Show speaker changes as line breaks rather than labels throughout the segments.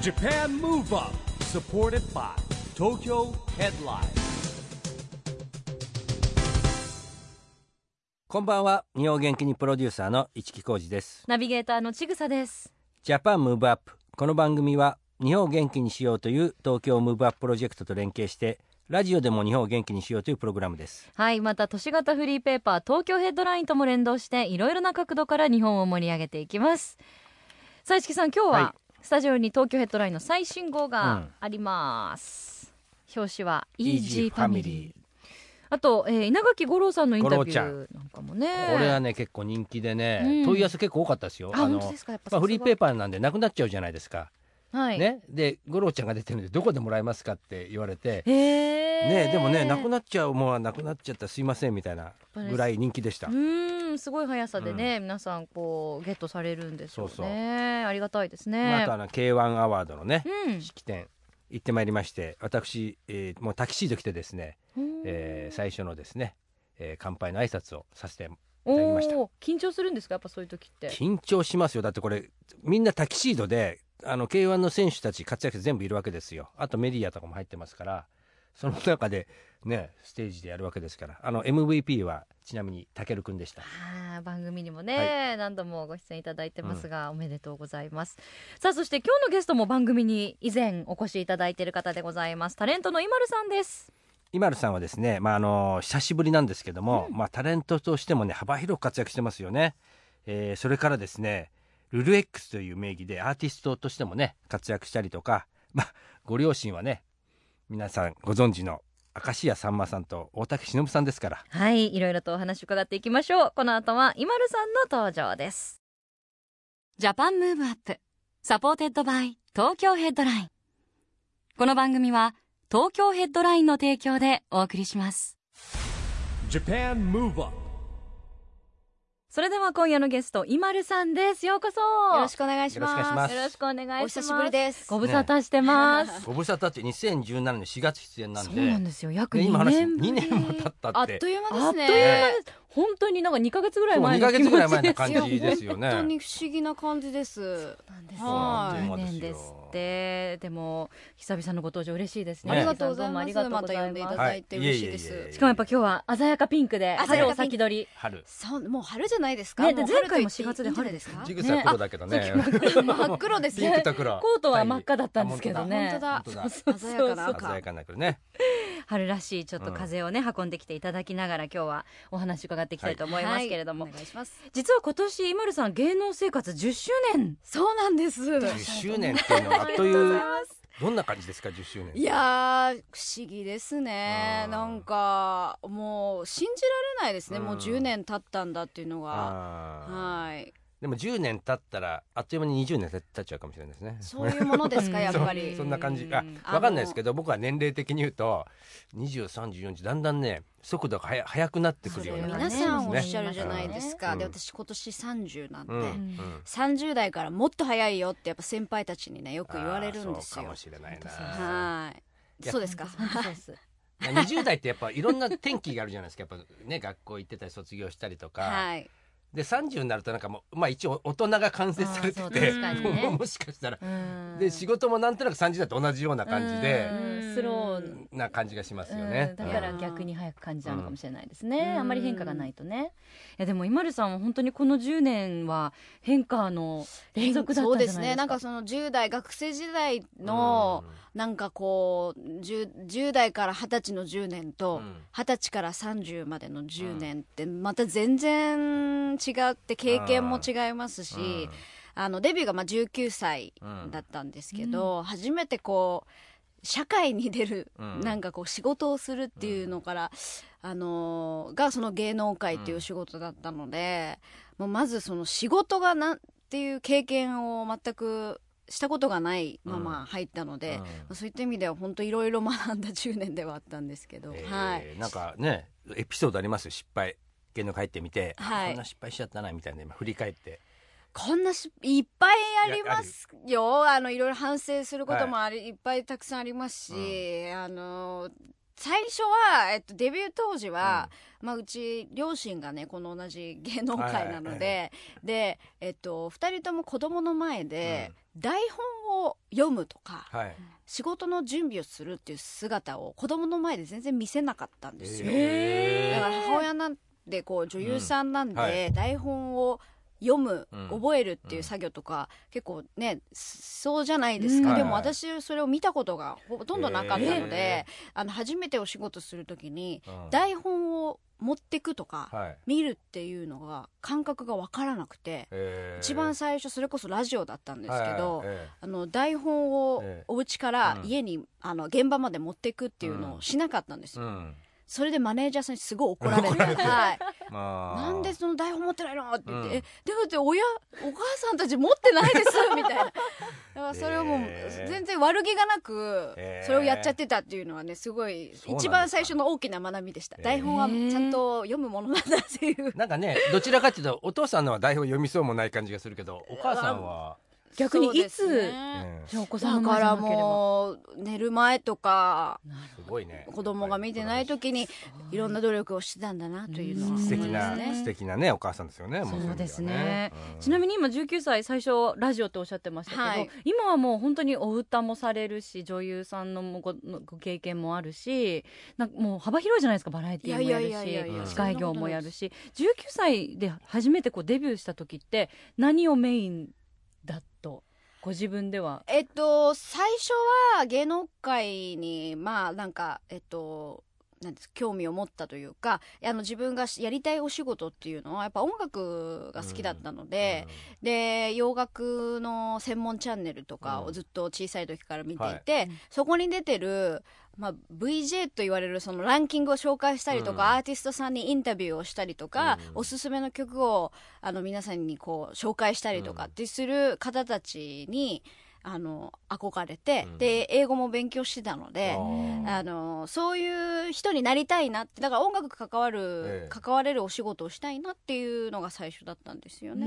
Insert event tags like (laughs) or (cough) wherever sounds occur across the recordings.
JAPAN MOVE UP SUPPORTED BY TOKYO HEADLINE
こんばんは日本元気にプロデューサーの市木浩司です
ナビゲーターのちぐさです。
ジャパンムーブアップこの番組は日本を元気にしようという東京ムーブアッププロジェクトと連携してラジオでも日本を元気にしようというプログラムです
はい、また都市型フリーペーパー東京ヘッドラインとも連動していろいろな角度から日本を盛り上げていきます。さあ、市木さん、今日
は
はスタジオに東京ヘッドラインの最新号
う
が
ん
あります。表紙は
Easy
Easy ファミリー
Family。
あと、えー稲垣吾郎さんのインタビ
吾
ュ
郎ちゃ
ー
ん
なんかもね。
これはね結構人気でね、
うん
問い合わせ結構多かったですよ
あ本当ですかやっぱ
まあ、フリーペー
パ
パーなんでなくなっちゃうじゃないですか、
ー、はい、
ねで五郎ちゃんが出てるんでどこでもらえますかって言われて
へー
ねでもねなくなっちゃうものはなくなっちゃったすいませんみたいなぐらい人気でした
うーんすごい速さでね、皆さんこうゲットされるんですよね
そうそう
ありがたいです
まあ、
ね
あとあの K1 アワードのね、
うん
式典行ってまいりまして私、えーもうタキシード着てですね、えー最初のですね、えー乾杯の挨拶をさせて
お
いただきました
おー緊張するんですかやっぱそういう時って
緊張しますよだってこれみんなタキシードであの K1 の選手たち活躍全部いるわけですよあとメディアとかも入ってますからその中でねステージでやるわけですからあの MVP はちなみにたけるくんでした
あー番組にもね、何度もご出演いただいてますが、おめでとうございますさあそして今日のゲストも番組に以前お越しいただいている方でございますタレントの今るさんです
今るさんはですね、まあ、あの久しぶりなんですけども、まあ、タレントとしてもね幅広く活躍してますよね、えーそれからですねルル X という名義でアーティストとしてもね活躍したりとか、まあ、ご両親はね皆さんご存知の明石家さんまさんと大竹しのぶさんですから
はいいろいろとお話伺っていきましょうこの後は今るさんの登場です
ジャパンムーブアップサポーテッドバイ東京ヘッドラインこの番組は東京ヘッドラインの提供でお送りします
JAPAN MOVE UP
それでは今夜のゲスト今るさんですようこそ
よろしくお願いし
よろしくお願いしま
ますす。
よろしくお願いします
お久しぶりです。
ご無沙汰してます、
ご無沙汰って2017年4月出演なんで
そうなんですよ約
で今
2
話
年ぶり
2年も経った
あ
っ
ってという間
あっと
で
いう
すね。
間です。本当になんか2ヶ月ぐらい
そう
前
2
の
ヶ
気
月
持ち
ぐらい前な感
いや
じですよね
本当に不思議な感じです。
なんですす
よはい
2年ですってでも久々のご登場嬉しいですね。
ね
ありがとうござい
どもあ
ま
り
す。
がとう
ま
ご
た
ざ
呼んでいただいて
はい
嬉しいで
いえいえいえいえ
す。
しかもやっぱ今日は鮮やかピンクで
鮮やか
春
ピ
を
ンク
先取り。
春
そうもう春じゃないですか。
ねで
もう春
前回も
と
4
言って
月で春ですか
いいん
ジ
じ
グザグ黒だけどね
ゃないですか。真っ黒です
ピンク
ね。
と黒
コートは真っ赤だったんですけどね。
本当だ
本当だ
鮮やかな
鮮
赤
や。かになるね
春らしいちょっと風をね、運んできていただきながら今日はお話伺っていきたいと思いますけれども、
はいお願いします。
実は今年今るさん芸能生活10周年
そうなんです。
10周年っていうのはあっというどんな感じですか10周年
いやー不思議ですね
うん
なんかもう信じられないですね、もう
うん
10年経ったんだっていうのが
あー
はい
でも10年経ったらあっという間に20年経っちゃうかもしれないですね
そういうものですかやっぱり
そんな感じ
う
あ
ん
わかんないですけど僕は年齢的に言うと203040だんだんね速度が速速くなってくるような感
皆
じ
それ
さ
は
ん
ね
おっしゃるじゃないですか、
うん
で私今年30なんで、
うん
ん
30代からもっと早いよってやっぱ先輩たちにねよく言われるんです
あーそうか
よ
もしれないな
はい
いや
そうですか
そう
(laughs)
です
20代ってやっぱいろんな転機があるじゃないですかやっぱね学校行ってたり卒業したりとか、
はい
で30になるとなんかもうまあ一応大人が完成されて
あーそう
て
確かに
も
ね
うもしかしたら
うん
で仕事もなんとなく30代と同じような感じで
うんスロー
な感じがしますよ
う
ね
ん。だから
うん
逆に早く感じちゃうのかもしれないですね、
うん
あんまり変化がないとねいやでも今るさんは本当にこの10年は変化の連続だった
そうん
じ
で
ゃ
す
ないですか
ねなんかその10代学生時代の、なんかこう 10, 10代から20歳の10年
う
と、
ん
二十歳から30までの10年ってまた全然違って経験も違いますし、あのデビューがまあ19歳
うん
だったんですけど、初めてこう社会に出る、
うん
なんかこう仕事をするっていうのから、あのーがその芸能界っていう仕事だったので、もうまずその仕事がなんっていう経験を全くしたことがないまま入ったので、まあそういった意味では本当いろいろ学んだ10年ではあったんですけど、
え
はい。
ーなんかねエピソードあります失敗芸能界入ってみて、あ
はい
こんな失敗しちゃったなみたいな今振り返って
こんなしいっぱいありますよあのいろいろ反省することもあり、い、っぱいたくさんありますし、あの最初は、えっと、デビュー当時は、まあ、うち両親がねこの同じ芸能界なので、で、えっと、2人とも子供の前で、台本を読むとか
はい
仕事の準備をするっていう姿を子供の前で全然見せなかったんですよ。だから母親なんでこう女優さんなんで、
うんはい
台本を読む、
うん
覚えるっていう作業とか、結構ねそうじゃないですか、
うん
でも私それを見たことがほとんどなかったの
へ
で、あの初めてお仕事する時に
うん
台本を持ってくとか、
はい
見るっていうのが感覚が分からなくて、
えー
一番最初それこそラジオだったんですけど、
はいえ
あの台本を
ええ
お家から
うん
家に、あの現場まで持ってくっていうのをしなかったんです
ーう
よ、
ん
それでマネージャーさんにすごい怒られて
怒られて
はい、
まあ
なんでその台本持ってないのって言って、
うん
えでもって親お母さんたち持ってないですみたいな
(laughs)
だからそれをもう
えー
全然悪気がなく
えー
それをやっちゃってたっていうのはねすごい
そうなんですか
一番最初の大きな学びでした、
えー
台本はちゃんと読むものなんだっていう
なんかねどちらかというとお父さんのは台本読みそうもない感じがするけどお母さんは、
(laughs) 逆にいつ
そうですね
うん
じゃあお子さ
だ
んが
か
生まれなけ
ら
れば
もう寝る前とか
すごいね
子供が見てない時にいろんな努力をしてたんだなというのは
素
思い
敵
ま
な、
すね
素敵なねお母さんですよねも
そうですねち
ち
な
なみ
みに今19歳最初ラジオっておっしゃってましたけど、
はい
今はもう本当にお歌もされるし女優さんのもごご経験もあるしなんかもう幅広いじゃないですかバラエティーもやる
いやいやいやい
し
や
いや
司会業もやるし19歳で初めてこうデビューした時って何をメインだとご自分では
えっと最初は芸能界にまあなんかえっとなんです興味を持ったというかあの自分がしやりたいお仕事っていうのはやっぱ音楽が好きだったので、で洋楽の専門チャンネルとか
う
を
ん
ずっと小さい時から見ていて、そこに出てる、まあ、VJ と言われるそのランキングを紹介したりとか、
うん
アーティストさんにインタビューをしたりとか、
うん
おすすめの曲をあの皆さんにこう紹介したりとかってする方たちにあの憧れて、
うん
で英語も勉強してたので。あのそういう人になりたいなってだから音楽関わる、
ええ
関われるお仕事をしたいなっていうのが最初だったんですよね。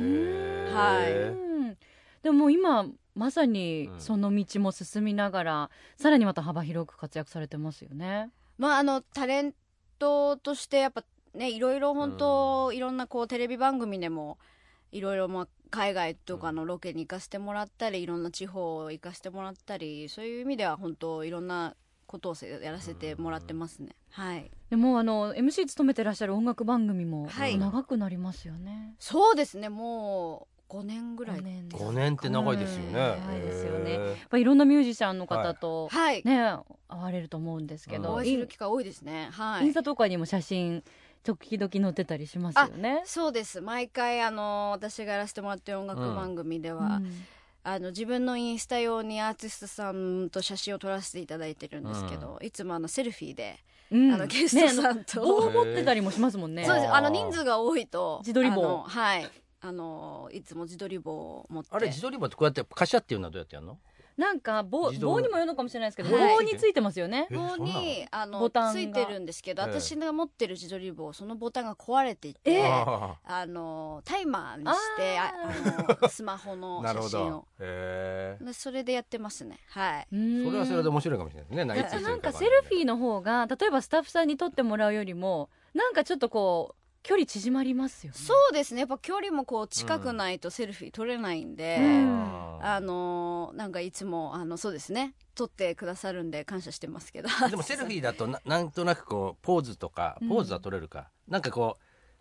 はい
うんでももう今まさにその道も進みながら、さらにまた幅広く活躍されてますよね。
まああのタレントとしてやっぱねいろいろ本当いろんなこうテレビ番組でもいろいろまあ海外とかのロケに行かせてもらったりいろんな地方行かせてもらったりそういう意味では本当いろんなことをせやらせてもらってますねはい
でもうあの MC 務めてらっしゃる音楽番組も
はい
長くなりますよね。
そうですねもう5年ぐらい
5年
5年って長いですよね、
長いですよね
へ
やっぱいろんなミュージシャンの方と、
はい
ね会われると思うんですけど、
お
うん
会いす
イ
る
ン
機会多いですねは
イン
い
スタとかにも写真時々載ってたりしますよね。
そうです毎回あの私がやらせてもらってる音楽番組では、
うん
あの自分のインスタ用にアーティストさんと写真を撮らせていただいてるんですけど、いつもあのセルフィーで、
うん
あのゲスト
ね
さん
あの
と、
棒を持ってたりもしますもんね。
そうです
あー
あの人数が多いと
自撮り棒
あのはいあのいつも自撮り棒を持って
あれ自撮り棒ってこうやってカシャっていうのはどうやってやるの
なんか棒
自動
棒にもよるのかもしれないですけど、
はい
棒についてますよね。
え
棒
そうなの
にあの
ボタンが
ついてるんですけど
ええ
私が持ってる自撮り棒そのボタンが壊れていて、
ええ
あ
あのタイマーにしてああのスマホ
(laughs)
の
ーなる
写
ほ
真
ど
を
へえ
でそれでやってますねはい
そ
そ
れはそれで面白いかもしれないですね
だ
何つい
から
て
な
る
ん
か
かセルフィーの方が例えばスタッフさんに撮ってもらうよりもなんかちょっとこう距離縮まりますよね。
そうですねやっぱ距離もこう近くないとセルフィー撮れないんで、
うん
あのーなんかいつもあのそうですね撮ってくださるんで感謝してますけど
(laughs) でもセルフィーだとななんとなくこうポーズとかポーズは取れるか、なんかこ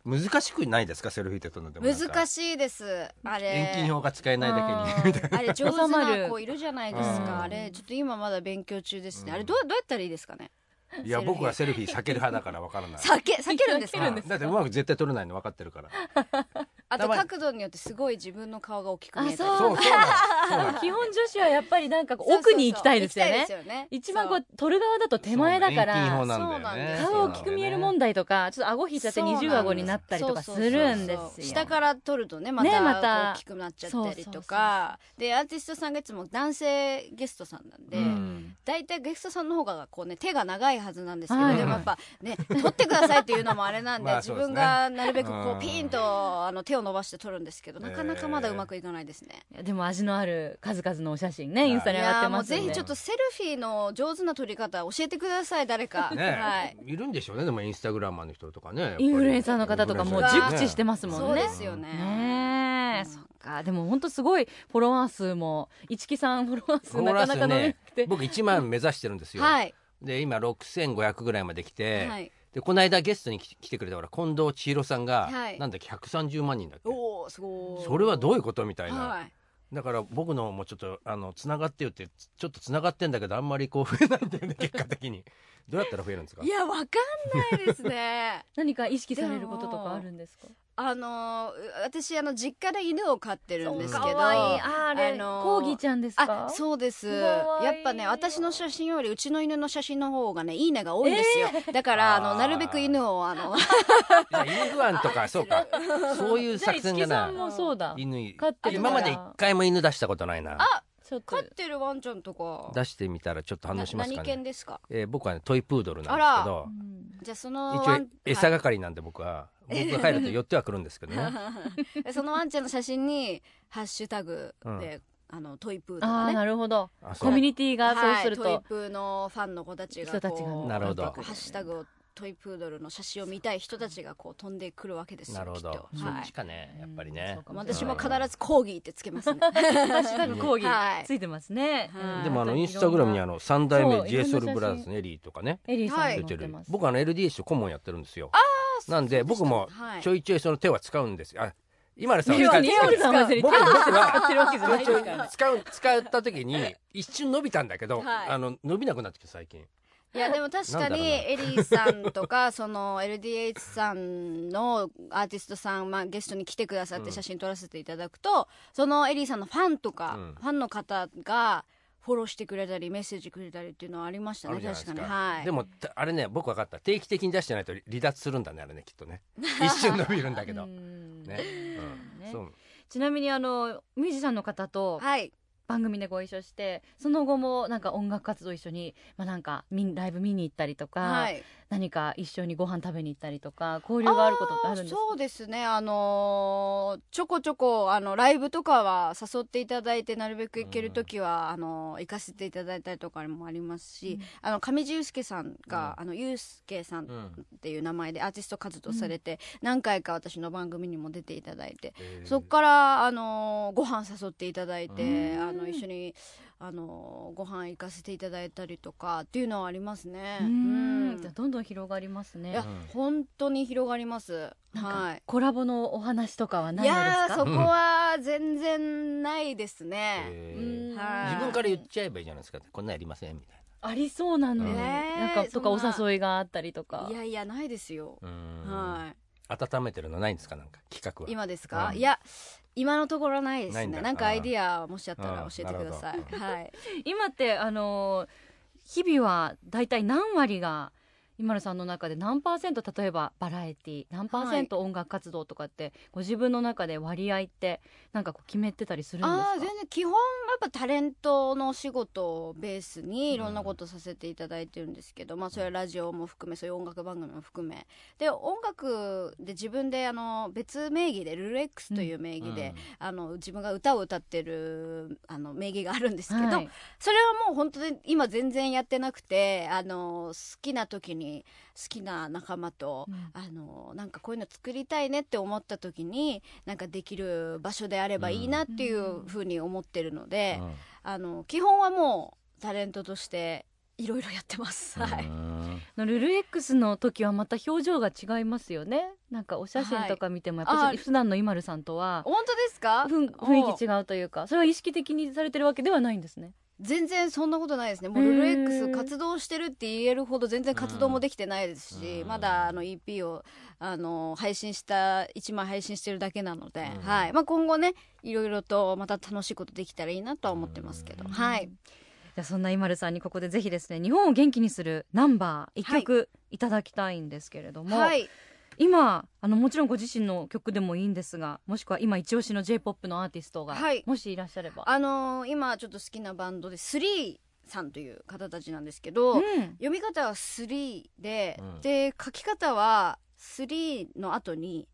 う難しくないですかセルフィーって撮るのでも
(laughs)
なんか
難しいですあ
遠近
れ
法が使えないだけにみたいな
あれ上手
収ま
な
る
子いるじゃないです
うん
かあれちょっと今まだ勉強中ですね、
うん
あれどうどうやったらいいですかね
(laughs) いや僕はセルフィー避ける派だからわからない
(laughs) 避け避けるんです
避ける
か
んです
だってうまく絶対取れないの分かってるから
あと角度によってすごい自分の顔が大きく見え
(laughs)
たり
あ
そうそうなの
基本女子はやっぱりなんか奥に行きたいですよ
行
ね
き。たいですよね
一番こ
そう
撮る側だと手前だか
遠近法
ら
なんだよね
顔大きく見える問題とかちょっと顎引いちゃって二重顎になったりとかするんですよ
そうそうそう。下から撮るとねまた
ねまた
こう大きくなっちゃったりとか、でアーティストさんがいつも男性ゲストさんなんで、
うん
大体ゲストさんの方がこうね手が長いはずなんですけ
は
ど
い
でもやっぱね取ってくださいっていうのもあれなん
(laughs)
で
まあ
自
そうですね
分がなるべく
う
こ
ん
うピンとあの手を伸ばして取るんですけど
え
なかなかまだうまくいかないですね。
いやでも味のある数々のお写真
は
ね
い
インスタ
い
に上がっ
や
て
ーも
ま
う
すん
ぜ
で
ひちょっとセルフィーの上手な撮り方教えてください誰か。は
ね
い。
いるんでしょうねでもインスタグラマーの人とかねやっぱり
インフルエンサーの方とかもう熟知してますも
そ
ん
う
ね
ですよね。
ねえ、
うん
そっかでも本当すごいフォロワー数も一木さんフォロワー数
フォロ
な
ワー
か
数
なか伸びなくて、
僕1万目指してるんですよ、
はい。
で今6500ぐらいまで来て、
はい。
でこの間ゲストに来来てくれたほら近藤千尋さんが、
はい
なんだっけ130万人だっけ
おおすごい。
それはどういうことみたいな、
はい。
だから僕のもちょっとあのつながってよってつちょっとつながってんだけどあんまりこう増えないんだよね結果的にどうやったら増えるんですか
いやわかんないですね。
何か意識されることとかあるんですか
あのー私あの実家で犬を飼ってるんですけど。
可愛いああれ、
あのー
コーギーちゃんですか
あそうです
可愛い
やっぱね私の写真よりうちの犬の写真の方がねいい
(laughs)
ねが多いんですよ、だからあ
あ
の
ー
なるべく犬をあの (laughs)
いや犬不安とかそうかそういう
じゃあ
作
一
戦
木
が
さん
な
もそうだ
犬
飼ってるか
今
ら
まで一回も犬出したことないな
ちょっと
飼ってるワンちゃんとか
出してみたらちょっと反応します
な
か
何犬
ね、
ですか
えー僕は、ね、トイプードルなんで
あ
す
ら
けど
うん
じゃあそのワ
一応
ン
餌
が、
係なんで僕は僕が帰ると寄ってはくるんですけどね
そのワンちゃんの写真にハッシュタグで、あのトイプーと
あ
か
あ
ね
なるほど
あそう
コミュニティがそうすると、
はい、トイプーのファンの子たちがこ
人
う
たちが
なるほど
ハッシュタグをトイプードルの写真を見たい人たちがこう飛んでくるわけですよ
なるほど、
きっと
そ
は
っ
い
ちかねやっぱり
うん
ね
そうかもしれない
私も必
うん
ずコーギーってつけますね
ハッシュタグ講義
はい
ついてますね。
はい
でもあの
本当
イ
に
ンスタグラムにあの三代
そ
目
う
j
い
s
ろ
o
ん
u
な
l
写真
b r o t h e r のエリーとかね
エリーさん
はい
出
も
て
出て
る
ます。
僕あの LDH 顧問やってるんですよなんで僕も
はい
ちょいちょいその手は使うんですよあ今田さん
手は
は
ね
使う
手は使う
僕僕
使ってるわけじゃな
はいち
で
ょい
す
ち
か
ょ
ら
い使う使った時に一瞬伸びたんだけど、
はい
あの伸びなくなってきた最近
いやでも確
な
か
んだろ
に
うな
エリーさんとか (laughs) その LDH さんのアーティストさん、まあ、ゲストに来てくださっ
うん
て写真撮らせていただくと、そのエリーさんのファンとか、
うん
ファンの方がフォローしてくれたりメッセージくれたりっていうのはありました
ある
ね
じゃないで
確
す
かに
か、
はい
でもたあれね僕分かった定期的に出してないと離離脱するんだねあれねきっと
(laughs)
ね一瞬伸びるんだけど、
うん
ね、うん、
ね
そう
ちなみにあのミュージシャンの方と
はい
番組でご一緒して、その後もなんか音楽活動一緒にまあなんかみんライブ見に行ったりとか、
はい
何か一緒にご飯食べに行ったりとか交流があることってあるんですか。
そうですねあのーちょこちょこあのライブとかは誘っていただいてなるべく行ける時は、あの行かせていただいたりとかもありますし、あの上地雄介さんが、
う
あの雄介さん
う
っ
ん
ていう名前でアーティスト活動されて、何回か私の番組にも出ていただいて、
えー
そっからあのーご飯誘っていただいて、
うん
あの一緒にあのーご飯行かせていただいたりとかっていうのはありますね。
う。
うんん
じゃあどんどん広がります
い
ね
や。本当に広がります。
なんか
はい。
コラボのお話とかはない
い
のです
やー
か
そ。こは全然ないですね。
えー
うん
はい
自分から言っちゃえばいいじゃないですかこんなんやりませんみたい
ありそうなのに、
ね
え
なんかとかお
そんな
誘いがあったりとか。
いやいやないですよ。
なうん
は
温めてるのないんですかなんか企画は
今ですか、
うん
いや今のところないです
ない
ね
ん
な
だ
んかアイディアもしあった
う
ら
ん
教えてくだ
な
さ
るほ
いはい
今ってあのー日々はだいたい何割が今野さんの中で何パーセント例えばバラエティ何パーセント音楽活動とかって、ご自分の中で割合ってなんかこう決めてたりするんですか
ああー全然基本やっぱタレントのお仕事をベースにいろんなことさせていただいてるんですけど、まあそれはラジオも含めそういう音楽番組も含めで音楽で自分であの別名義でルル X という名義で、あの自分が歌を歌ってるあの名義があるんですけど、
はい
それはもう本当に今全然やってなくてあの好きな時に好きな仲間と、
うん
あのなんかこういうの作りたいねって思った時になんかできる場所であればいいなっていうふうに思ってるので、
うん
あの基本はもうタレントとしていろいろやってます。は
う
い
ん
のルル X の時はまた表情が違いますよねなんかお写真とか見てもやっぱちょっ
あ
と
ー
普段の今野さんとは
本当ですか
ふん雰囲気違うというかそれは意識的にされてるわけではないんですね
全然そんなことないですねもう
へー
ルル X 活動してるって言えるほど全然活動もできてないですし、
うん
まだあの EP をあの配信した1枚配信してるだけなので、
うん
はいまあ、今後ねいろいろとまた楽しいことできたらいいなとは思ってますけど、はい
じゃあそんな ＩＭＡＬＵ さんにここでぜひですね日本を元気にするナンバー一曲いただきたいんですけれども、
はい
今あのもちろんご自身の曲でもいいんですがもしくは今一押しの j p o p のアーティストが、
はい
もしいらっしゃれば
あのー今ちょっと好きなバンドで3さんという方たちなんですけど、
うん
読み方は3で、
うん
で書き方は3の後に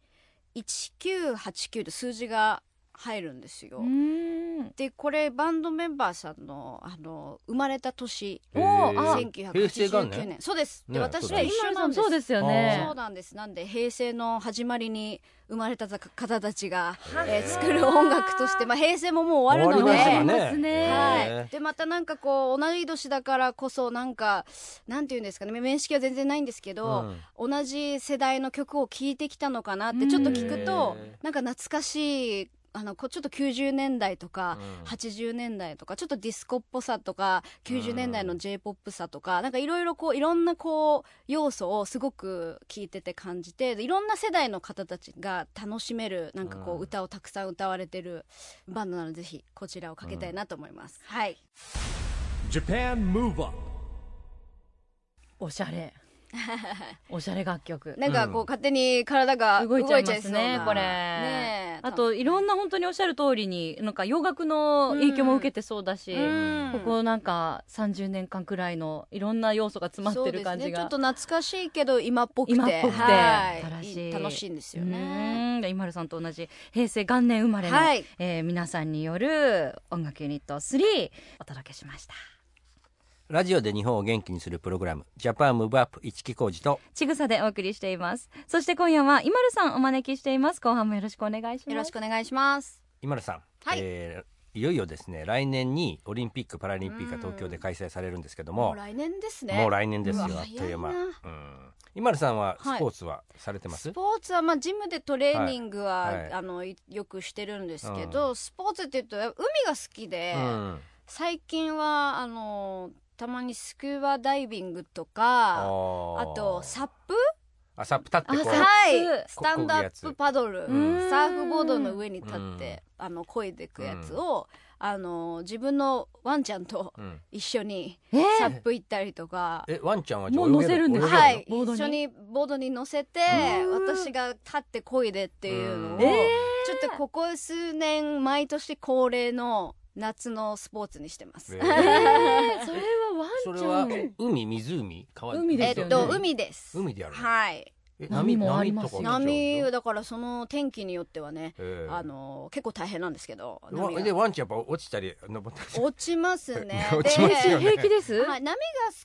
1989と数字が入るんですよ、
うん
でこれバンドメンバーさんのあの生まれた年
へ
おあ
ー平成元
1989年
年
そうですで、
ね
私
そう
は
だ
一
ね
緒なんです
そうですよね
そうなんですなんで平成の始まりに生まれた方たちが、
へ
え
ー
ー作る音楽として、まあ、平成ももう終わるの
終
で
わります
ね
よ
ますね
はい、でまたなんかこう同い年だからこそなんかなんていうんですかね面識は全然ないんですけど、
うん
同じ世代の曲を聴いてきたのかなってちょっと聞くと
へー
なんか懐かしいあのこうちょっと90年代とか。
うん
80年代とかちょっとディスコっぽさとか
う
90
ん
年代の j p o p さとかなんかいろいろこういろんなこう要素をすごく聞いてて感じてでいろんな世代の方たちが楽しめるなんか
う
こ
ん
う歌をたくさん歌われてるバンドなのでぜひこちらをかけたいなと思います、はい、
Japan Move Up
おしゃれ
(laughs)
おしゃれ楽曲
なんかこう、勝手に体が
動
動
いちゃい
いちゃ
ま
いそ
す
うな
ねこれ、
ねえ
あといろんな本当におっしゃる通りになんか洋楽の影響も受けてそうだし、
うん
ここなんか30年間くらいのいろんな要素が詰まってる感じが
そうですねちょっと懐かしいけど今っぽくて
今っぽくて
は
新
い
しい
楽しいんですよね
ね今るさんと同じ平成元年生まれの、
はい
えー皆さんによる音楽ユニット3お届けしました
ラジオで日本を元気にするプログラムジャパンムーブアップ一木工事と
ちぐさでお送りしていますそして今夜は今るさんお招きしています後半もよろしくお願いします
よろしくお願いします
今田さん、
はい
えーいよいよですね来年にオリンピック・パラリンピックが東京で開催されるんですけど
も
も
う、来年ですね
もう来年ですよ
う
あ
わ
っという間、う、
早いなん
今田さんはスポーツはされてます、
スポーツはまあジムでトレーニングは、
はいはい
あのいよくしてるんですけど、スポーツっていうとやっぱ海が好きで、
うん
最近はあのたまにスクーバダイビングと
あ
かあ
ー
とサップ
あサップ立ってこ
あサッ
う
はいス
こ
タンドア
こぐ
ッ
や
プ
つ
パドル
うん
サーフボードの上に立っ
うん
てあの漕いでいくやつを、あの自分のワンちゃんと
うん
一緒に
えー
サップ行ったりとか。
えワンちゃんは
もう乗せるんですか
は
はい
い、
ボードに
一緒にボードに乗せて
うん
私が立って漕いでっていうの
うん
を、ちょっとここ数年毎年恒例の夏のスポーツにしてます、
えー
え (laughs) ーそれ
それ
はワ
は
ンちゃん
海湖川
海
え
ですよ
っ
ね
と海です
海でやるの
はい
え
波もありますよ
波とか
波
え
だからその天気によってはね、
ー
あの結構大変なんですけど
わ
波が
でワンちゃんやっぱ落ちたり登ったり
(laughs)
する
落ちますね
(laughs) 落ちますよね
平気です、
ではい、波が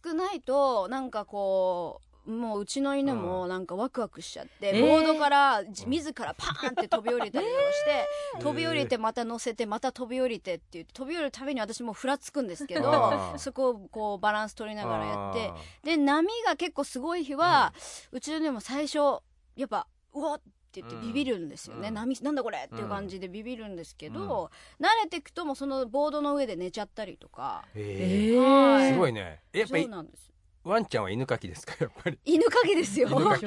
少ないとなんかこうもううちの犬
う
もなんかワクワクしちゃって、
えー
ボードからじ自らパーンって飛び降りたりとかして、
えー
飛び降りてまた乗せてまた飛び降りてって言って飛び降りるたびに私もうふらつくんですけど
あー
そこをこうバランス取りながらやって
あー
で波が結構すごい日は、うちのでも最初やっぱうわっって言って
うん
ビビるんですよね、
うん
波なんだこれっていう感じでビビるんですけど、慣れていくともうそのボードの上で寝ちゃったりとか、
え
は
ー、すご
い
いねやっぱ
そう
り
なんです
ワンちゃんは犬かきですかやっ
(laughs)
ぱり
犬かきですよ
犬
(laughs)
かき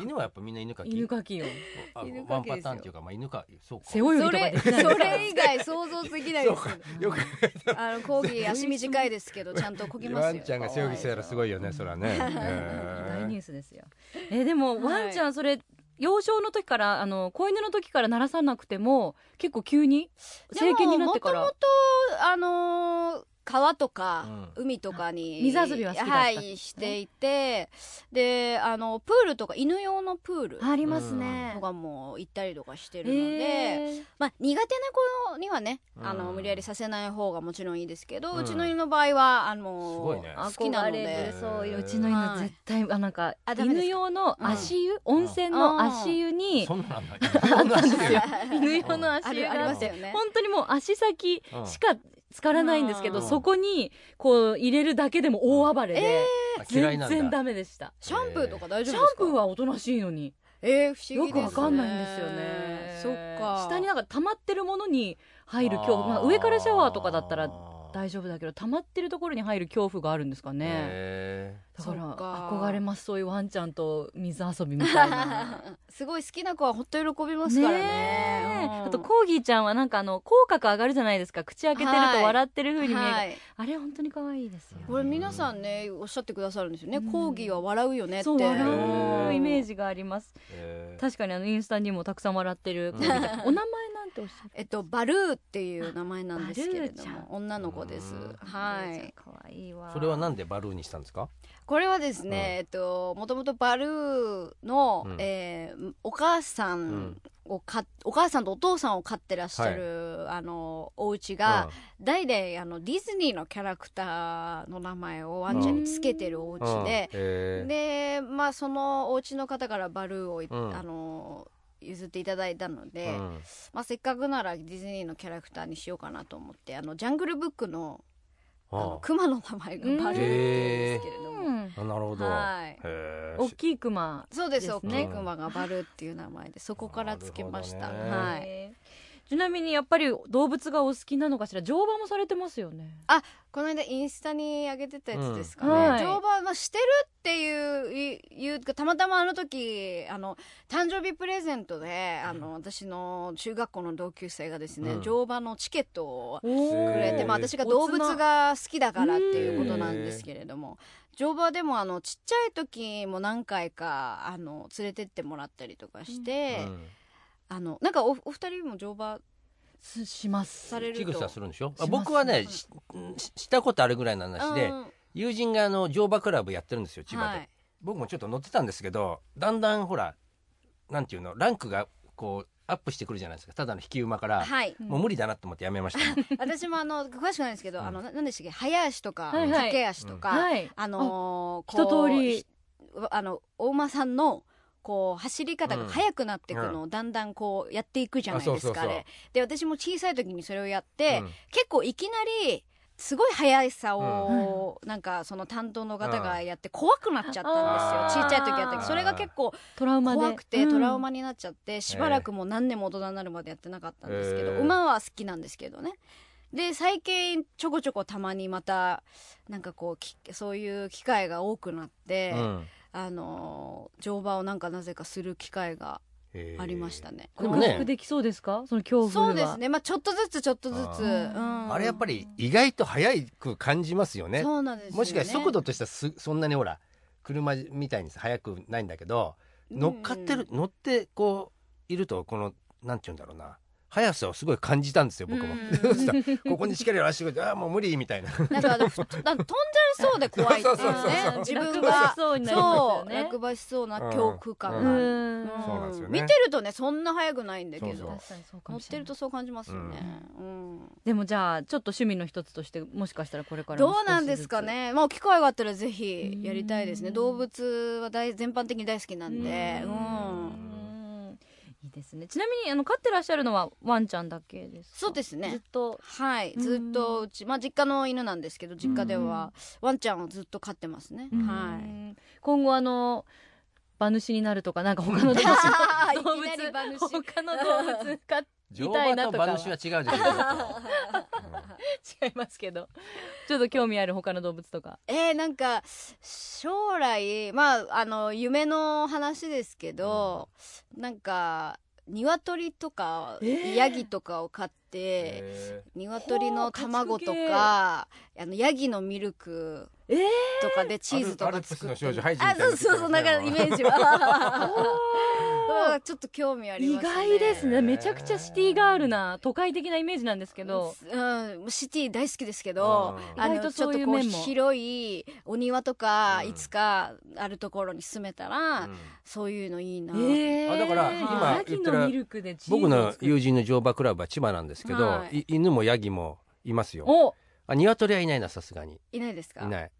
犬はやっぱみんな犬かき
犬かきよ
あ
犬
ワ
か
ン
きですよ
パターンっていうかまあ犬かそうか
背泳ぎとか
そ
で
れ
き
そ
ないです
れ以外想像できない
そ
で
う
す
かよく
あのコーギー足短いですけどちゃんとこぎますよ
ワンちゃんが背泳ぎしたらすごいよ
(laughs)
ねそらね
大ニュ
え
ースですよ。えーでも、
はい
ワンちゃんそれ幼少の時からあの子犬の時から鳴らさなくても結構急に成犬になってか
でも
ら
もともとあのー川とか、
う
海とかに
水遊びは好きだった
はいしていてであのプールとか犬用のプール
り
ますね
とかも行ったりとかして
え
るので、
ー
まあ、苦手な子にはねあの、
うん
無理やりさせない方がもちろんいいですけど、
う
うんちの犬の場合はあ
すごい
の、
ね
好きなの
憧れる
で
そう
へー
うちの犬絶対あなんか
あダメです
犬
か
用の足湯、温泉の足湯
ー
に
そんなんなんだそんなんだよ
犬用の
あ
足湯
るあり
があ
ま
っ
す
て
よね。
本当にもう足先
うん
しか浸からないんですけど、
うん
そこにこう入れるだけでも大暴れで、
あ嫌い
全
なんだ
然ダメでした。
シャンプーとか大
シ
丈
ャン
夫ですか
プーはおとなしいのに
えー、不思議
よ
です
く
ね
わかんないんですよね。
そっか
下になんか溜まってるものに入る恐怖、まあ
ー
上からシャワーとかだったら
へ
大丈夫だけど、溜まってるところに入る恐怖があるんですかね。
え
だから
そっか
憧れますそういうワンちゃんと水遊びみ (laughs) たいな。
すごい好きな子はほんと喜びますから
ねえ
ねうん
あとコーギーちゃんはなんかあの口角上がるじゃないですか口開けてる
はい
と笑ってる風に見える、
はい
あれ本当に可愛いですよ
これ皆さんねおっしゃってくださるんですよね、
うん
コーギーは笑うよねって
そう
う
笑うイメージがあります
へー
確かにあのインスタにもたくさん笑ってる、
うん
お名前なんてっておっしゃる
えっとバルーっていう名前なんですけれど
あバルーち
も女の子です
うん
はい
可愛いわ
それはなんでバルーにしたんですか
これはですね、
うん
えっともともとバルーの、
うん
えーお母さんをか、お母さんとお父さんを飼ってらっしゃる、あのお家が、代々あのディズニーのキャラクターの名前をワンちゃんにつけてるお
う
家
んうん
で、
えー
でまあそのお家の方からバルーをい、
うん
あの譲っていただいたので、
うん
まあ、せっかくならディズニーのキャラクターにしようかなと思ってあのジャングルブックのあの
あ
クマの名前がバルーっていうんですけれども。
うん
あなるほど
はい
へー
大きいクマ
そうです
です
大き
ね
いクマがバルーっていう名前でそこからつけまし
な
た、
るほどね
はい
ちなみにやっぱり動物がお好きなのかしら乗馬もされてますよね
この間インスタに上げてたやつですか
うん
ね、
はい
乗馬のしてるっていういいうかたまたまあの時あの誕生日プレゼントであの私の中学校の同級生がですね、
うん
乗馬のチケットを
ー
くれて、
へ
まあ、
おつ
私が動物が好きだからっていうことなんですけれども乗馬でもあのちっちゃい時も何回かあの連れてってもらったりとかして、あのなんかおお二人も乗馬
すします
され
ち
る
ぐ
と
さするんでしょ
します
僕はねしししたことあるぐらいの話で
うん
友人があの乗馬クラブやってるんですよ千葉で、
はい
僕もちょっと乗ってたんですけどだんだんほらなんていうのランクがこうアップしてくるじゃないですかただの引き馬から、
はい、
うん
もう無理だなと思ってやめました、(laughs)
(laughs) 私もあの詳しくないんですけど、
うん
あのななんでしたっけ早足とか、
はいはい
駆け足とか、
はい
あのー
一
こう
通り
ひあのお馬さんのこう走り方
う
が
ん
速くなっていくのをだんだんこうやっていくじゃないですか、
あそうそうそう
あれで私も小さい時にそれをやって、
うん
結構いきなりすごい速さを、なんかその担当の方がやって怖くなっちゃったんですよ、
あー
ちっちゃい時やった時それが結構
トラウマで
怖くて
うん
トラウマになっちゃって、しばらくもう何年も大人になるまでやってなかったんですけど、
えー
馬は好きなんですけどねで最近ちょこちょこたまにまたなんかこうきそういう機会が多くなって、
うん
あのー乗馬をなんかなぜかする機会が
へー
ありましたね、
でも
克
ね
服できそうですかその恐怖
そ
は
うですねまあちょっとずつちょっとずつ、
あ
ー
うん
あれやっぱり意外と速く感じますよね
そうなんですよね
もしかして速度としてはすそんなにほら車みたいにさ速くないんだけど乗っかってる、乗ってこういるとこのなんて言うんだろうな速さをすごい感じたんですよ僕も。
うん
(laughs) そしたらここに力を足してくれてああもう無理みたい
(laughs)
な。
なんかあのふなんか飛んじゃいそうで怖いっていうね
そうそうそうそう
自分
落馬
が
しそうになり
そ
ま
う
す
(laughs)
よね
落馬しそうな恐怖感がある
うん
うん
そうなんですよね
見てるとねそんな速くないんだけ
そ
ど
うそう
確かにそうか
乗
も
っ
しれ
て
な
る
い
とそう感じますよね、うん
でもじゃあちょっと趣味の一つとしてもしかしたらこれからも
どうなんですかねまあ機会があったらぜひやりたいですね
うん
動物は大全般的に大好きな
少しず
ん
つ
でうん
うんいいですねちなみにあの飼ってらっしゃるのはワンちゃんだけですか
そうです
ずっ
ね
と
はい
うん
ずっとうちまあ実家の犬なんですけど実家ではワンちゃんをずっと飼ってますね
うん
は
う
い
ん今後あの馬主になるとかなんか
(laughs)
他の動
あーいきなり馬
物
主
他の動物飼っ
乗
たい
馬
な
と
とかは
馬主は違うじゃないです
(laughs)
か。
違いますけどちょっと興味ある他の動物とか
えー、なんか将来まああの夢の話ですけど、なんか鶏とか、
えー
ヤギとかを飼って
へ
鶏の卵と
ほう
かあのヤギのミルク
えー
とかでチーズと
アル
か
アルプス
作
の
って
少女ハイジみた
あ
いな
そうそうそうなんかイメー
(laughs)
ジは (laughs) うんちょっと興味あり
意
ますね
外ですね
ね
めちゃくちゃシティガールな都会的なイメージなんですけど
うん、シティ大好きですけど、
うん
あの
意外と
ちょ
そ
っ
う
と
いう
こう
面も
広いお庭とか、
うん
いつかあるところに住めたら、
うん
そういうのいいな、
えー
あだから
今
ヤギ
言ったら
のミルクでチーズ
僕
を
の
作る
友人の乗馬クラブは千葉なんですけど、
はい
い犬もヤギもいますよ。
お
あ鶏はいないなさすがに
いないですか
いない。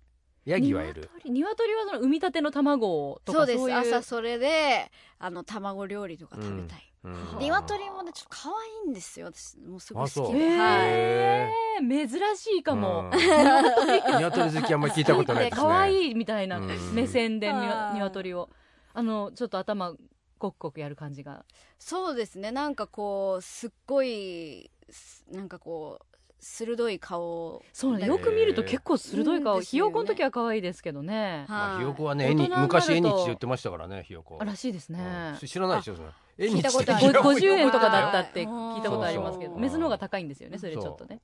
ヤギはいる。
鶏鶏はその産みたての卵とか
そうです
いう
朝それであの卵料理とか食べたい、
うん
(laughs)
で鶏もねちょっと可愛いんですよ私もうすごい
あ
好
そ
き
う
で、はい
へー珍しいか (laughs)
う
も、
ん
鶏が
鶏好きあんまり聞いたことないで
(laughs)
すね。
可愛いみたいな
うん
目線でニ
あ
ワ
ー
鶏をあのちょっと頭ごくごくやる感じが
そうですねなんかこうすっごいすなんかこう鋭い顔
そうね
だ
よ
よく見ると結構鋭い顔
うんです
ひ
よ
よ
ね
この時は可愛いですけどね
まあ、ひよこ
は
はね、絵に
大人になると
昔絵日って言ってましたからね、ひよこ。
あらしいですね
うん知らないでしょ、その。絵日
聞いたことあ
(laughs)
る
ご
ひよ
50
こ
円とかだったって聞いたことありますけ
う
ど
ん
メスの方が高いんですよねそれちょっとね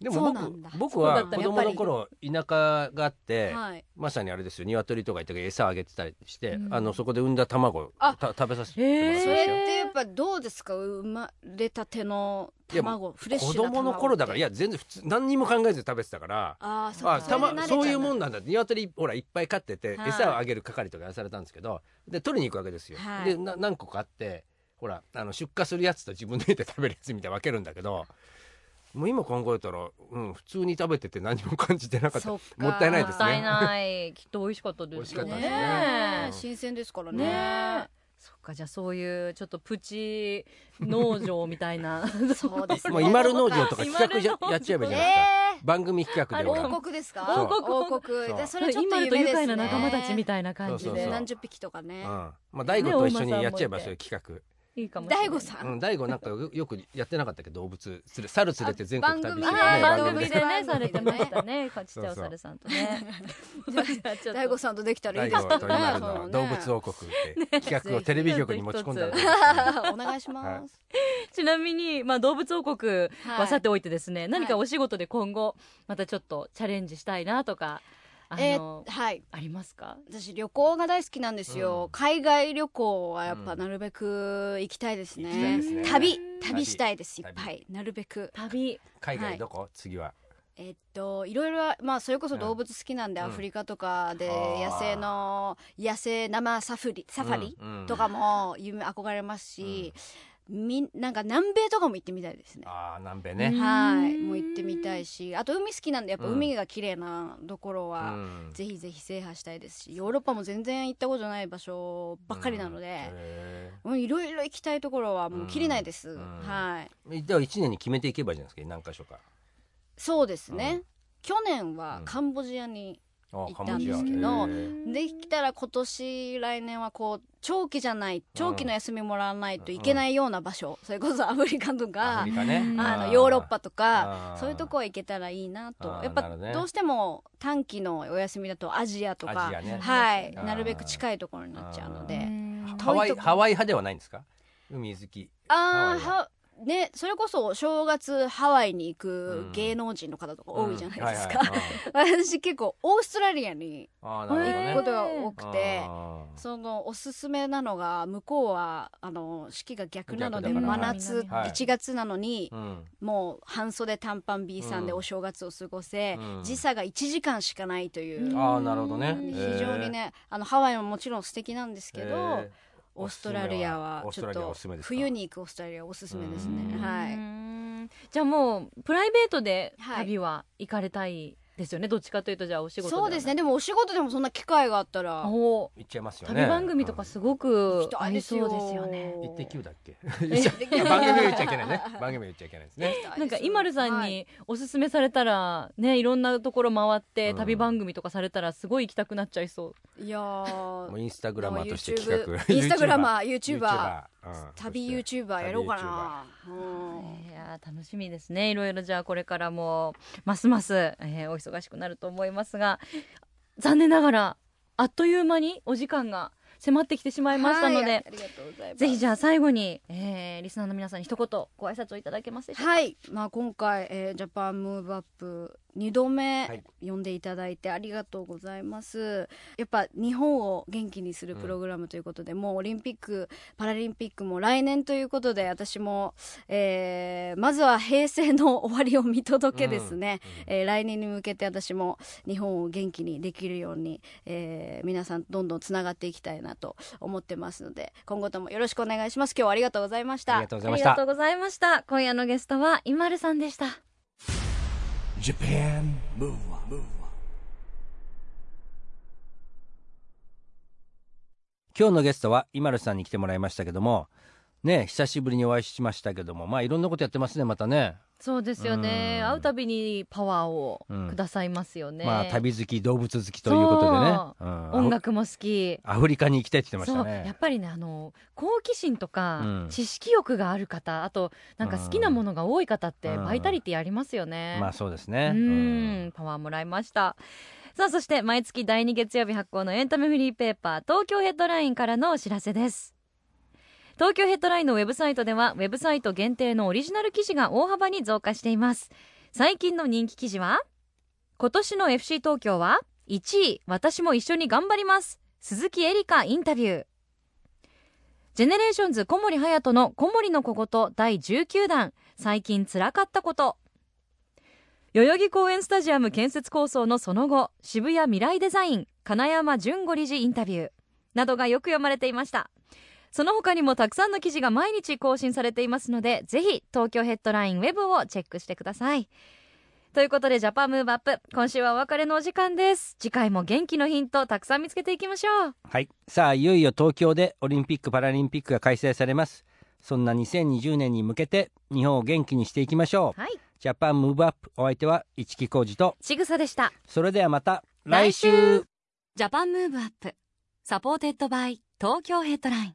で
そ
も
うなんだ
僕僕
そう
は
だっ
子
たね
供の頃田舎があって、
はい
まさにあれですよ鶏とかいたけど餌あげてたりして、
うん
あのそこで産んだ卵を
あ
た食べさせてもらいまし
そ
たよ
れってやっぱどうですか生まれたての卵フレッシュ
子
な卵
供の頃だからいや全然普通何にも考えず食べてたから
あーそ
あ
う
たまそういうも
ん
んなんだって鶏ほらいっぱい飼ってて
はい
餌をあげる係とかやらされたんですけどで取りに行くわけですよ、
はい
でな何個かあってほらあの出荷するやつと自分で入れて食べるやつみたいに分けるんだけどもう今考えたら、うん、普通に食べてて何も感じてなかった
そ
も
っ
っ
か
たいない
も
で
っ
す
たい
ね。
ないきっと美味しかったです
美味しかったですね
ね
ね
え新鮮ですから
ね
ね
えそっかじゃあそういうちょっとプチ農場みたいな
そうですね
もう今る農場とか企画や
今る農場
やっちゃえばいいじゃないですか、
え
番組企画でほ
ー
ら
王国ですか
そう
王国
そう
でそれちょっと
今
夢
ると愉
です
快
ね
な仲間たちみ
た
たいな感じ
そうそう
で
そう
何十匹とかね
うん、まあ大悟と一緒にやっちゃえば
ね
そういう企
いいかもしれな
大
い
悟さ
画うんん大悟なんかよよくやってなかったっけど動物連れ猿連れて全国旅して
あ
た
あ
ね
ー
番
番組
組で
で
ね
ねされてましたねちっちゃいお猿さんとね
大悟さんとできたらい
大
いです
悟と
ね
今ある
そ
の
うね
動物王国って企画をテレビ局に持ち込んだの
ぜひ
お願いします
ちなみに、まあ、動物王国
はい
はさておいてですね、何かお仕事で今後またちょっとチャレンジしたいなとかあ
え
の
ー、はい
ありますか
私旅行が大好きなんですよ、
うん
海外旅行はやっぱ
うん
なるべく行きたいですね,、
行きたいですね
旅
旅
旅したいですいっ
旅
ぱいなるべく
旅
海外どこ次は
えっといろいろまあそれこそ動物好きなんで、
うん
アフリカとかで
あー
野生の野生生サフリサファリ、
うんうん
とかも夢憧れますし、みなんか南米とかも行ってみたいですね
ああ南米ね
はい
うん
もう行ってみたいしあと海好きなんでやっぱ
うん
海が綺麗なところ
う
は、
ん
ぜひぜひ制覇したいですしヨーロッパも全然行ったことない場所ばっかりなので、
うんへ
もういろいろ行きたいところはもう切れないです、
うん
はい
ーでは一年に決めていけばいいじゃないですか何箇所か
そうですね、
うん
去年は
うん
カンボジアに、
あ
行
カ
っ
ン
た
ボ
ん
ジ
で
ア
すけど
へー
できたら今年来年はこう長期じゃない長期の休みもらわないといけないような場所、それこそアフリカと
ア
か
フリカね
あのヨーロッパとか
か
そういうとこは行けたらいいなと
あー
やっ
なる
ぱ
ほどね
どうしても短期のお休みだとアジアと
ア
か
ジアね
はい
あー
なるべく近いところになっちゃうの
う
で
ハワイ
遠いとこ
ハワイ派ではないんですか海好き
あー
ハワイ
はねそれこそお正月ハワイに行く
うん
芸能人の方とか多いじゃないです
うんは
か
いはい
(laughs) 私結構オーストラリアに
ああなる
行
ほどね
くことが多くて
あー
そのおすすめなのが向こうはあの四季が逆なので
逆だ
真
から
夏
はい
1月なのに
うん
もう半袖短パン B さんで
うん
お正月を過ごせ
うん
時差が1時間しかないという
ああなるほどね
非常にねあのハワイももちろん素敵なんです
へ
け
ー
ど
へー
オーストラリアは
オース
ちょ
トラ
っ
リア
と
おすすめですか
冬に行くオーストラリアはおすすめですね
うん
はい。
じゃあもうプライベートで
はい
旅は行かれたいですよね、どっちかというとじゃあお仕事
そうですねでもお仕事でもそんな機会があったら
お
行っちゃいますよね
旅番組とかすごく
人
ありそうですよね、
一滴だっ (laughs) け言っちゃ番組は言っちゃいけないね番組は言っちゃいけないですね
なんか今るさん
はい
におすすめされたらねいろんなところ回って
うん
旅番組とかされたらすごい行きたくなっちゃいそう、
いやー
もうインスタグラマーとして企 (laughs) 画
YouTube インスタグラマー
YouTuber うん
旅
そ
ユー
して
チューバーやろうかなうん
いやー楽しみですねいろいろじゃあこれからもますます、えーお忙しくなると思いますが残念ながらあっという間にお時間が迫ってきてしまいましたの
はい
で
ありがとうございます
ぜひじゃあ最後に、えーリスナーの皆さんに一言ご挨拶をいただけますでしょうか、
はい、まあ、今回、えージャパンムーブアップ2度
は
目
い
呼んでいただいてありがとうございます、やっぱ日本を元気にするプログラムということで、もうオリンピックパラリンピックも来年ということで私も、えーまずは平成の終わりを見届けですね、えー来年に向けて私も日本を元気にできるように、えー皆さんどんどんつながっていきたいなと思ってますので今後ともよろしくお願いします今日はありがとうございまし
あ
た
りがとうござい
あ
ま
り
し
が
た
とうございました今夜のゲストは今るさんでした
Japan Move Up, Move Up.
今日のゲストは今るさんに来てもらいましたけどもね久しぶりにお会いしましたけどもまあいろんなことやってますねまたね
そうですよね
うん
会うたびにパワーを
うん
くださいますよね、
まあ旅好き動物好きということでね
そう
うん
音楽も好き
アフリカに行きたいって言ってまし
そ
た
うや
ね
っぱりねあの好奇心とか、
うん
知識欲がある方あとなんか好きなものが多い方って、
うん
バイタリティありますよね。
まあそうですね
う
うん
んパワーもらいましたさあそして毎月第2月曜日発行のエンタメフリーペーパー東京ヘッドラインからのお知らせです東京ヘッドラインのウェブサイトではウェブサイト限定のオリジナル記事が大幅に増加しています最近の人気記事は今年の FC 東京は1位私も一緒に頑張ります鈴木エリカインタビュージェネレーションズ小森隼人の「小森の小言」第19弾最近つらかったこと代々木公園スタジアム建設構想のその後渋谷未来デザイン金山淳吾理事インタビューなどがよく読まれていましたその他にもたくさんの記事が毎日更新されていますのでぜひ東京ヘッドラインウェブをチェックしてくださいということでジャパンムーブアップ今週はお別れのお時間です次回も元気のヒントたくさん見つけていきましょう
はいさあいよいよ東京でオリンピック・パラリンピックが開催されますそんな2020年に向けて日本を元気にしていきましょう、
はい
ジャパンムーブアップお相手は市木浩二と
ちぐさでした
それではまた
来週
来週
ジャパンムーブアップサポーテッドバイ東京ヘッドライン